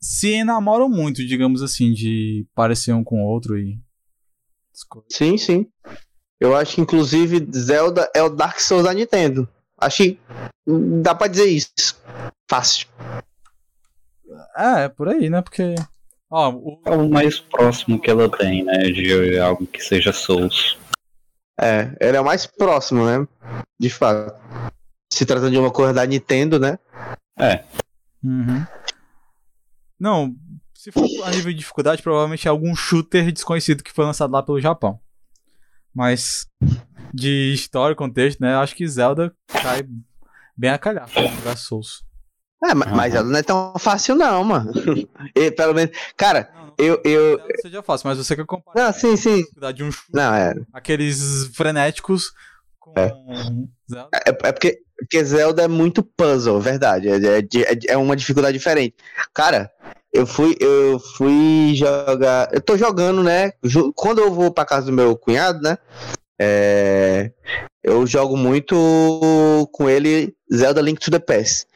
se enamoram muito, digamos assim, de parecer um com o outro e. Sim, sim. Eu acho que, inclusive, Zelda é o Dark Souls da Nintendo. Acho que dá pra dizer isso. Fácil. É, é por aí, né? Porque. Ó, o- É o mais próximo que ela tem, né? De algo que seja Souls. É, ele é o mais próximo, né? De fato. Se tratando de uma coisa da Nintendo, né? Uhum. Não, se for a nível de dificuldade, provavelmente é algum shooter desconhecido que foi lançado lá pelo Japão. Mas de história, contexto, né? eu Acho que Zelda cai bem a calhar pra jogar Souls. É, ma- Aham. mas ela não é tão fácil, não, mano. E, pelo menos. Cara, Não, não eu. eu... Zelda seja fácil, mas você quer comparar Não, sim, sim. a dificuldade de um shooter, Não, é. aqueles frenéticos com É. Zelda. É, é porque, porque Zelda é muito puzzle, verdade. É, é di- é di- é uma dificuldade diferente. Cara, eu fui, eu fui jogar. Eu tô jogando, né? Ju- Quando eu vou pra casa do meu cunhado, né? é, eu jogo muito com ele Zelda Link to the Past.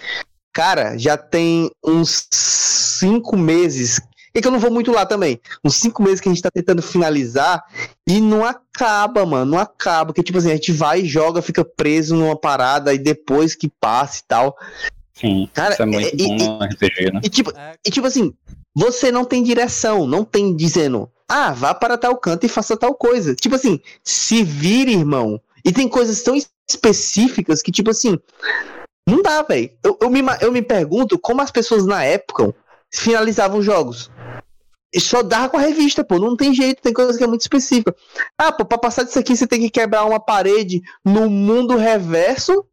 Cara, já tem uns cinco meses. É que eu não vou muito lá também. Uns cinco meses que a gente tá tentando finalizar. E não acaba, mano, não acaba. Que tipo assim, a gente vai, joga, fica preso numa parada e depois que passa e tal. Sim, Cara, isso é muito e- bom e- no RPG, né? E tipo, É, e tipo assim, você não tem direção, não tem dizendo, ah, vá para tal canto e faça tal coisa. Tipo assim, se vira, irmão. E tem coisas tão específicas que, tipo assim, não dá, velho. Eu, eu, me, ma- eu me pergunto como as pessoas na época finalizavam jogos. E só dava com a revista, pô. Não tem jeito, tem coisa que é muito específica. Ah, pô, pra passar disso aqui, você tem que quebrar uma parede no mundo reverso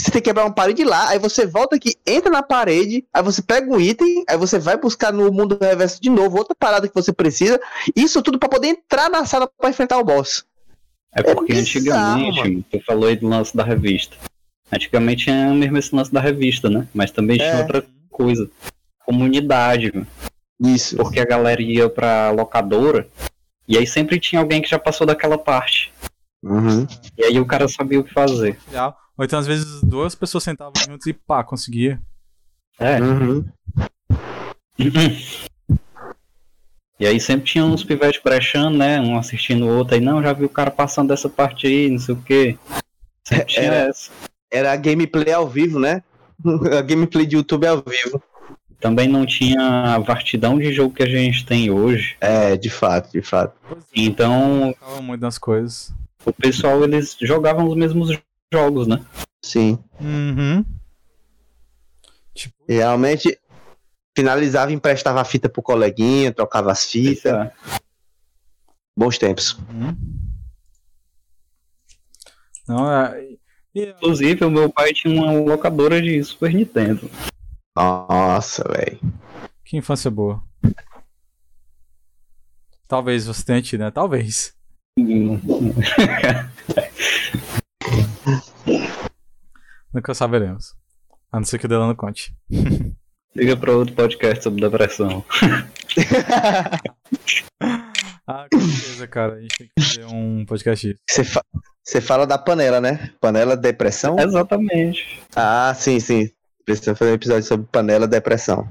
você tem que quebrar uma parede lá, aí você volta aqui, entra na parede, aí você pega um item, aí você vai buscar no mundo reverso de novo outra parada que você precisa. Isso tudo pra poder entrar na sala pra enfrentar o boss. É porque bizarro, antigamente, tu falou aí do lance da revista. Antigamente tinha mesmo esse lance da revista, né? Mas também tinha É. outra coisa. Comunidade, mano. Isso. porque a galera ia pra locadora e aí sempre tinha alguém que já passou daquela parte. Uhum. E aí o cara sabia o que fazer. Já. Ou então, às vezes, duas pessoas sentavam juntas e pá, conseguia. É. Uhum. E aí sempre tinha uns pivetes brechando, né? Um assistindo o outro aí, não, já vi o cara passando dessa parte aí, não sei o quê. Sempre tinha Era- essa. Era a gameplay ao vivo, né? A gameplay de YouTube ao vivo. Também não tinha a vastidão de jogo que a gente tem hoje. É, de fato, de fato. Então, Tocava muito nas coisas. o pessoal, eles jogavam os mesmos jogos, né? Sim. Uhum. Tipo, Realmente finalizava, emprestava a fita pro coleguinha, trocava as fitas. é. Bons tempos. uhum. Não, é. E, Inclusive, o meu pai tinha uma locadora de Super Nintendo. Nossa, velho. que infância boa. Talvez você tenha tido, né? Talvez. Nunca saberemos. A não ser que o Delano conte. Liga pra outro podcast sobre depressão. Ah, com certeza, cara. A gente tem que fazer um podcast disso. Você fa- você fala da panela, né? Panela Hum. depressão? Exatamente. Ah, sim, sim. Precisa fazer um episódio sobre panela depressão.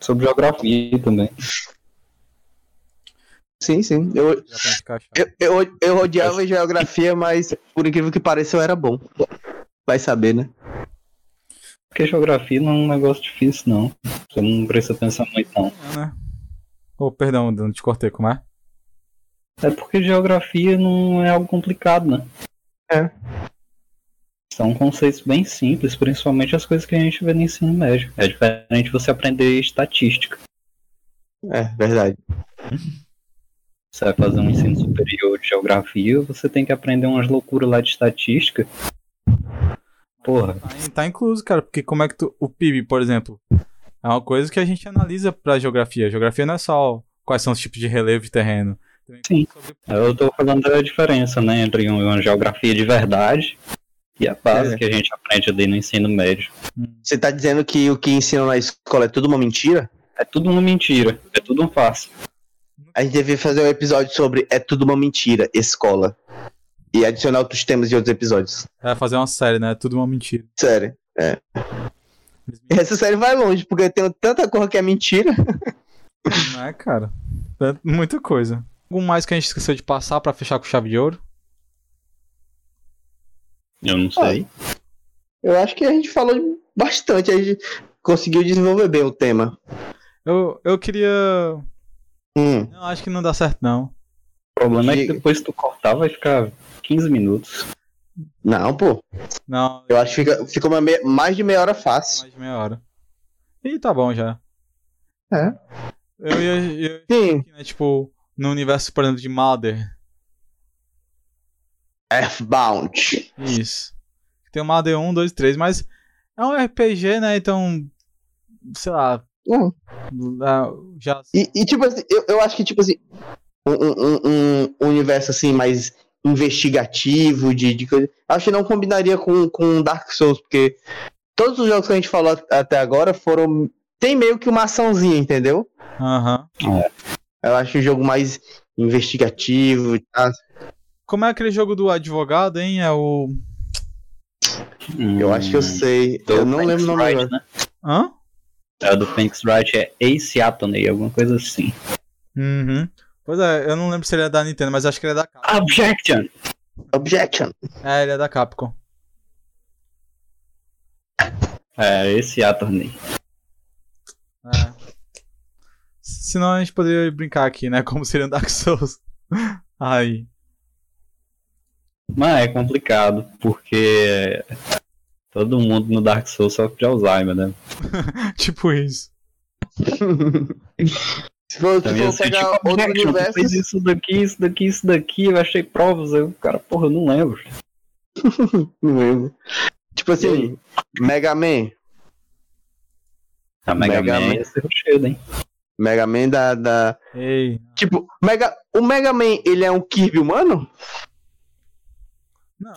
Sobre geografia também. Sim, sim. Eu, Já tem que encaixar. eu, eu, eu odiava geografia, mas por incrível que pareça eu era bom. Vai saber, né? Porque geografia não é um negócio difícil, não. Você não precisa pensar muito, não. né? Oh, perdão, Delano, te cortei, como é? É porque geografia não é algo complicado, né? É. São conceitos bem simples, principalmente as coisas que a gente vê no ensino médio. É diferente você aprender estatística. É, verdade. Você vai fazer um ensino superior de geografia, você tem que aprender umas loucuras lá de estatística. Porra, Tá, in- tá incluso, cara, porque como é que tu. O PIB, por exemplo, é uma coisa que a gente analisa pra geografia. Geografia não é só quais são os tipos de relevo de terreno. Também Sim. sobre- eu tô falando da diferença, né? Entre uma geografia de verdade e a base É. que a gente aprende ali no ensino médio. Você tá dizendo que o que ensinam na escola é tudo uma mentira? É tudo uma mentira, é tudo um fácil. A gente devia fazer um episódio sobre É Tudo Uma Mentira, escola. E adicionar outros temas de outros episódios. É fazer uma série, né? É tudo uma mentira. Sério. Eles E Essa série vai longe, porque tem tanta coisa que é mentira. mentem, Não é, cara? É muita coisa. Algo mais que a gente esqueceu de passar pra fechar com chave de ouro? Eu não É, sei. Eu acho que a gente falou bastante, a gente conseguiu desenvolver bem o tema. Eu, eu queria. Hum. Não, acho que não dá certo, não. o problema é que Diga. depois que tu cortar vai ficar 15 minutos. Não, pô. Não, Eu acho que fica, fica uma meia- mais de meia hora fácil. mais de meia hora. Ih, tá bom já. É. Eu ia. Eu, Sim. né, tipo, no universo, por exemplo, de Mother. É Earthbound. Isso. Tem uma AD 1, 2, 3, mas é um RPG, né? Então, sei lá, Hum. lá- já E, e, tipo assim, eu, eu acho que, tipo assim, um, um- um- um universo assim mais investigativo, de, de coisa. Acho que não combinaria com, com Dark Souls, porque todos os jogos que a gente falou at- até agora foram. Tem meio que uma açãozinha, entendeu? Aham. Eu acho um jogo mais investigativo tá? e tal. Como é aquele jogo do advogado, hein? É o Eu acho que eu sei. Hum, Do eu não lembro o nome Phoenix agora. Wright, né? hã? É do Phoenix Wright, é Ace Attorney, alguma coisa assim. Uhum. Pois é, eu não lembro se ele é da Nintendo, mas acho que ele é da Capcom. Objection! Objection. É, ele é da Capcom. É, Ace Attorney. É. Senão a gente poderia brincar aqui, né? Como seria um Dark Souls. Aí. Mas é complicado, porque todo mundo no Dark Souls sofre de Alzheimer, né? Tipo isso. se for, Então se ia for ser pegar tipo, outro Objection, tu universo. fez isso daqui, isso daqui, isso daqui, eu achei provas, aí o cara, porra, eu não lembro. Não lembro. Tipo E assim, aí? Mega Man. A Ah, Mega, Mega Man Man. ia ser cheio, hein? Mega Man da. da... Ei. Tipo, Mega... o Mega Man, ele é um Kirby humano?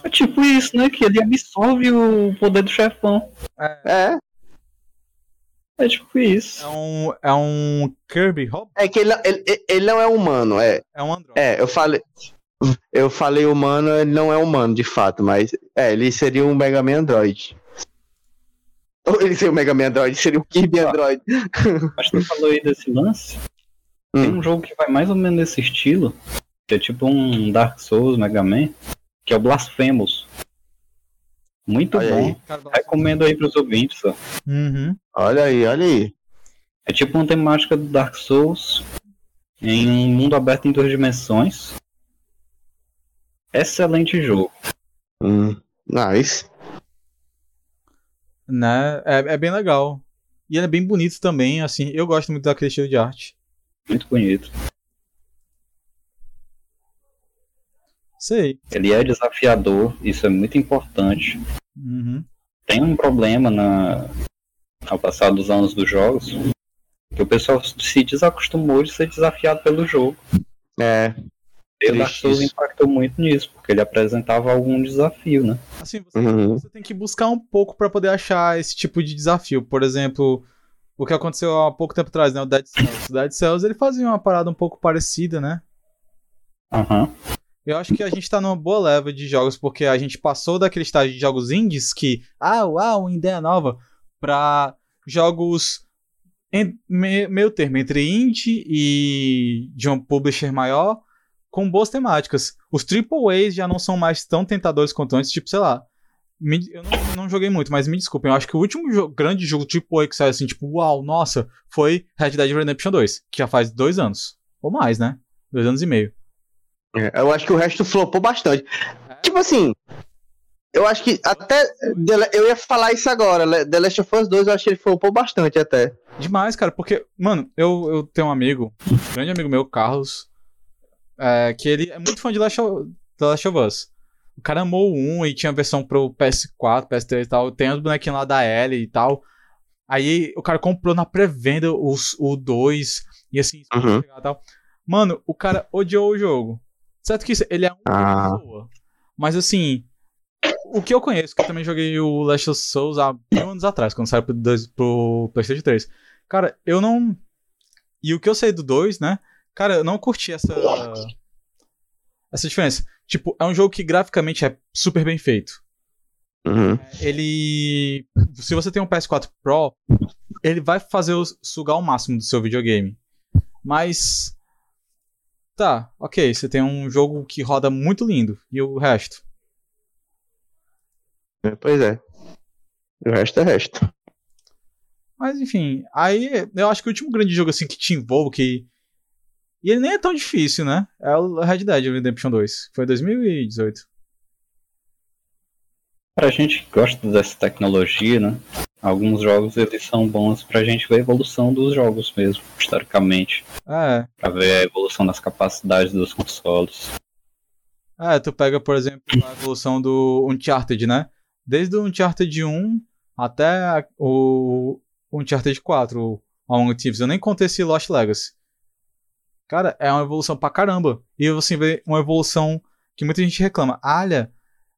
É tipo isso, né? Que ele absorve o poder do chefão. É. É tipo isso. É um, é um Kirby Hop? É que ele, ele, ele não é humano, é. É um Android. É, eu falei. Eu falei humano, ele não é humano de fato, mas é, ele seria um Mega Man Android. Ou ele seria um Mega Man Android, seria um Kirby Ah. Android. Mas tu falou aí desse lance. Tem Hum. um jogo que vai mais ou menos nesse estilo, que é tipo um Dark Souls, Mega Man, que é o Blasphemous. Muito Olha bom. aí. Recomendo aí pros ouvintes, ó. Uhum. Olha aí, olha aí. É tipo uma temática do Dark Souls em um mundo aberto em duas dimensões. Excelente jogo. Hum, nice. Né? É, é bem legal. E ele é bem bonito também, assim. Eu gosto muito daquele estilo de arte. Muito bonito. Sei. Ele é desafiador, isso é muito importante. Uhum. Tem um problema na... ao passar dos anos dos jogos, que o pessoal se desacostumou de ser desafiado pelo jogo. É, E o Dark Triste Souls isso. impactou muito nisso, porque ele apresentava algum desafio, né? Assim, você uhum, você tem que buscar um pouco pra poder achar esse tipo de desafio. Por exemplo, o que aconteceu há pouco tempo atrás, né? O Dead Cells. O Dead Cells ele fazia uma parada um pouco parecida, né? Aham. Eu acho que a gente tá numa boa leva de jogos, porque a gente passou daquele estágio de jogos indies que, ah, uau, ideia nova, pra jogos en- me- meio termo entre indie e de um publisher maior, com boas temáticas. Os AAAs já não são mais tão tentadores quanto antes, tipo, sei lá. me- eu não, não joguei muito, mas me desculpem, eu acho que o último jo- grande jogo AAA que saiu assim, tipo, uau, nossa, foi Red Dead Redemption 2, que já faz dois anos. Ou mais, né? Dois anos e meio. É, Eu acho que o resto flopou bastante. Tipo assim, eu acho que até. The- Eu ia falar isso agora. Le- The Last of Us 2, eu acho que ele flopou bastante até. Demais, cara, porque, mano, eu, eu tenho um amigo, um grande amigo meu, Carlos, é, que ele é muito fã de Last of, The Last of Us. O cara amou o 1 e tinha versão pro PS4, PS3 e tal. Tem os bonequinhos lá da Ellie e tal. Aí o cara comprou na pré-venda os- o 2 e assim, Uhum. chegar e tal. Mano, o cara odiou o jogo. Certo que isso- ele é uma Ah. pessoa. Mas assim, o que eu conheço, que eu também joguei o Last of Souls há mil anos atrás, quando saiu pro, dois- pro PlayStation 3. Cara, eu não. E o que eu sei do 2, né? Cara, eu não curti essa. Essa diferença. Tipo, é um jogo que graficamente é super bem feito. Uhum. Ele. Se você tem um PS4 Pro, ele vai fazer o- sugar o máximo do seu videogame. Mas. Tá, ok. Você tem um jogo que roda muito lindo. E o resto? É, Pois é. O resto é resto. Mas enfim, aí eu acho que o último grande jogo assim que te envolve, que. E ele nem é tão difícil, né? É o Red Dead Redemption 2. Foi em 2018. Pra gente que gosta dessa tecnologia, né? Alguns jogos eles são bons pra gente ver a evolução dos jogos mesmo, historicamente. É. Pra ver a evolução das capacidades dos consoles. É, tu pega, por exemplo, a evolução do Uncharted, né? Desde o Uncharted 1 até a- o Uncharted 4, o Among Thieves. Eu nem contei esse Lost Legacy. Cara, é uma evolução pra caramba. E você vê uma evolução que muita gente reclama. Olha,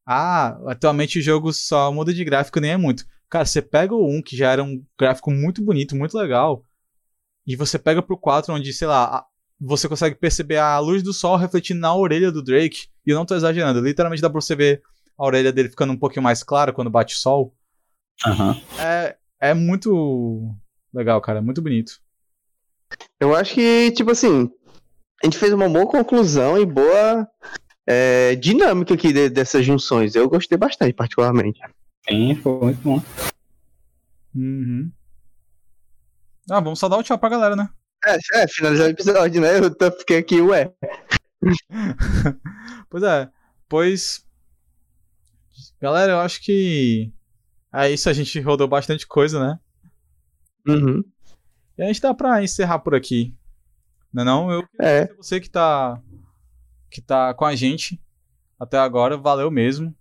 ah, atualmente o jogo só muda de gráfico nem é muito. Cara, você pega o 1, que já era um gráfico muito bonito, muito legal, e você pega pro 4, onde, sei lá, a- você consegue perceber a luz do sol refletindo na orelha do Drake. E eu não tô exagerando, literalmente dá pra você ver a orelha dele ficando um pouquinho mais clara quando bate o sol. Aham. É, é muito legal, cara, é muito bonito. Eu acho que, tipo assim, a gente fez uma boa conclusão e boa é, dinâmica aqui de- dessas junções. Eu gostei bastante, particularmente. Sim, foi muito bom. Uhum. Ah, vamos só dar o tchau pra galera, né? É, é, finalizar o episódio, né? Eu tô- fiquei aqui, ué. Pois é, pois. Galera, eu acho que. É isso, a gente rodou bastante coisa, né? Uhum. E a gente dá pra encerrar por aqui. Não é não? Eu queria É. agradecer você que tá, que tá com a gente até agora. Valeu mesmo.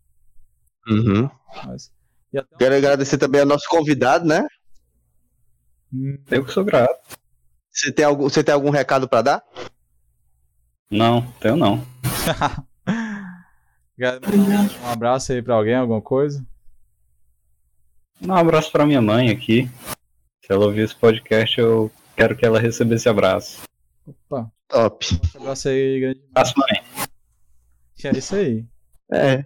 Uhum. Mas- E até Quero agradecer também ao nosso convidado, né? Hum, Eu que sou grato. Você tem algum, você tem algum recado pra dar? Não, tenho não. quero mandar um abraço aí pra alguém, alguma coisa. Um abraço pra minha mãe aqui. Se ela ouvir esse podcast, eu quero que ela receba esse abraço. Opa, Top. um abraço aí grande. Abraço, mãe. que é isso aí. É,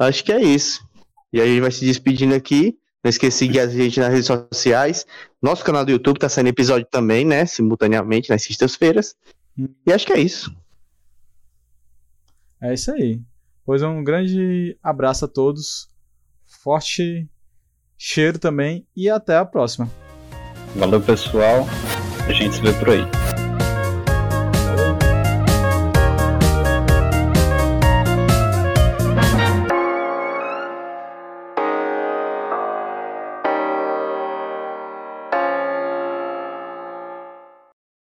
acho que é isso. E aí a gente vai se despedindo aqui. Não esqueci de seguir a gente nas redes sociais. Nosso canal do YouTube tá saindo episódio também, né? Simultaneamente nas sextas-feiras. E acho que é isso. É isso aí. Pois um grande abraço a todos. Forte cheiro também e até a próxima. Valeu, pessoal. A gente se vê por aí.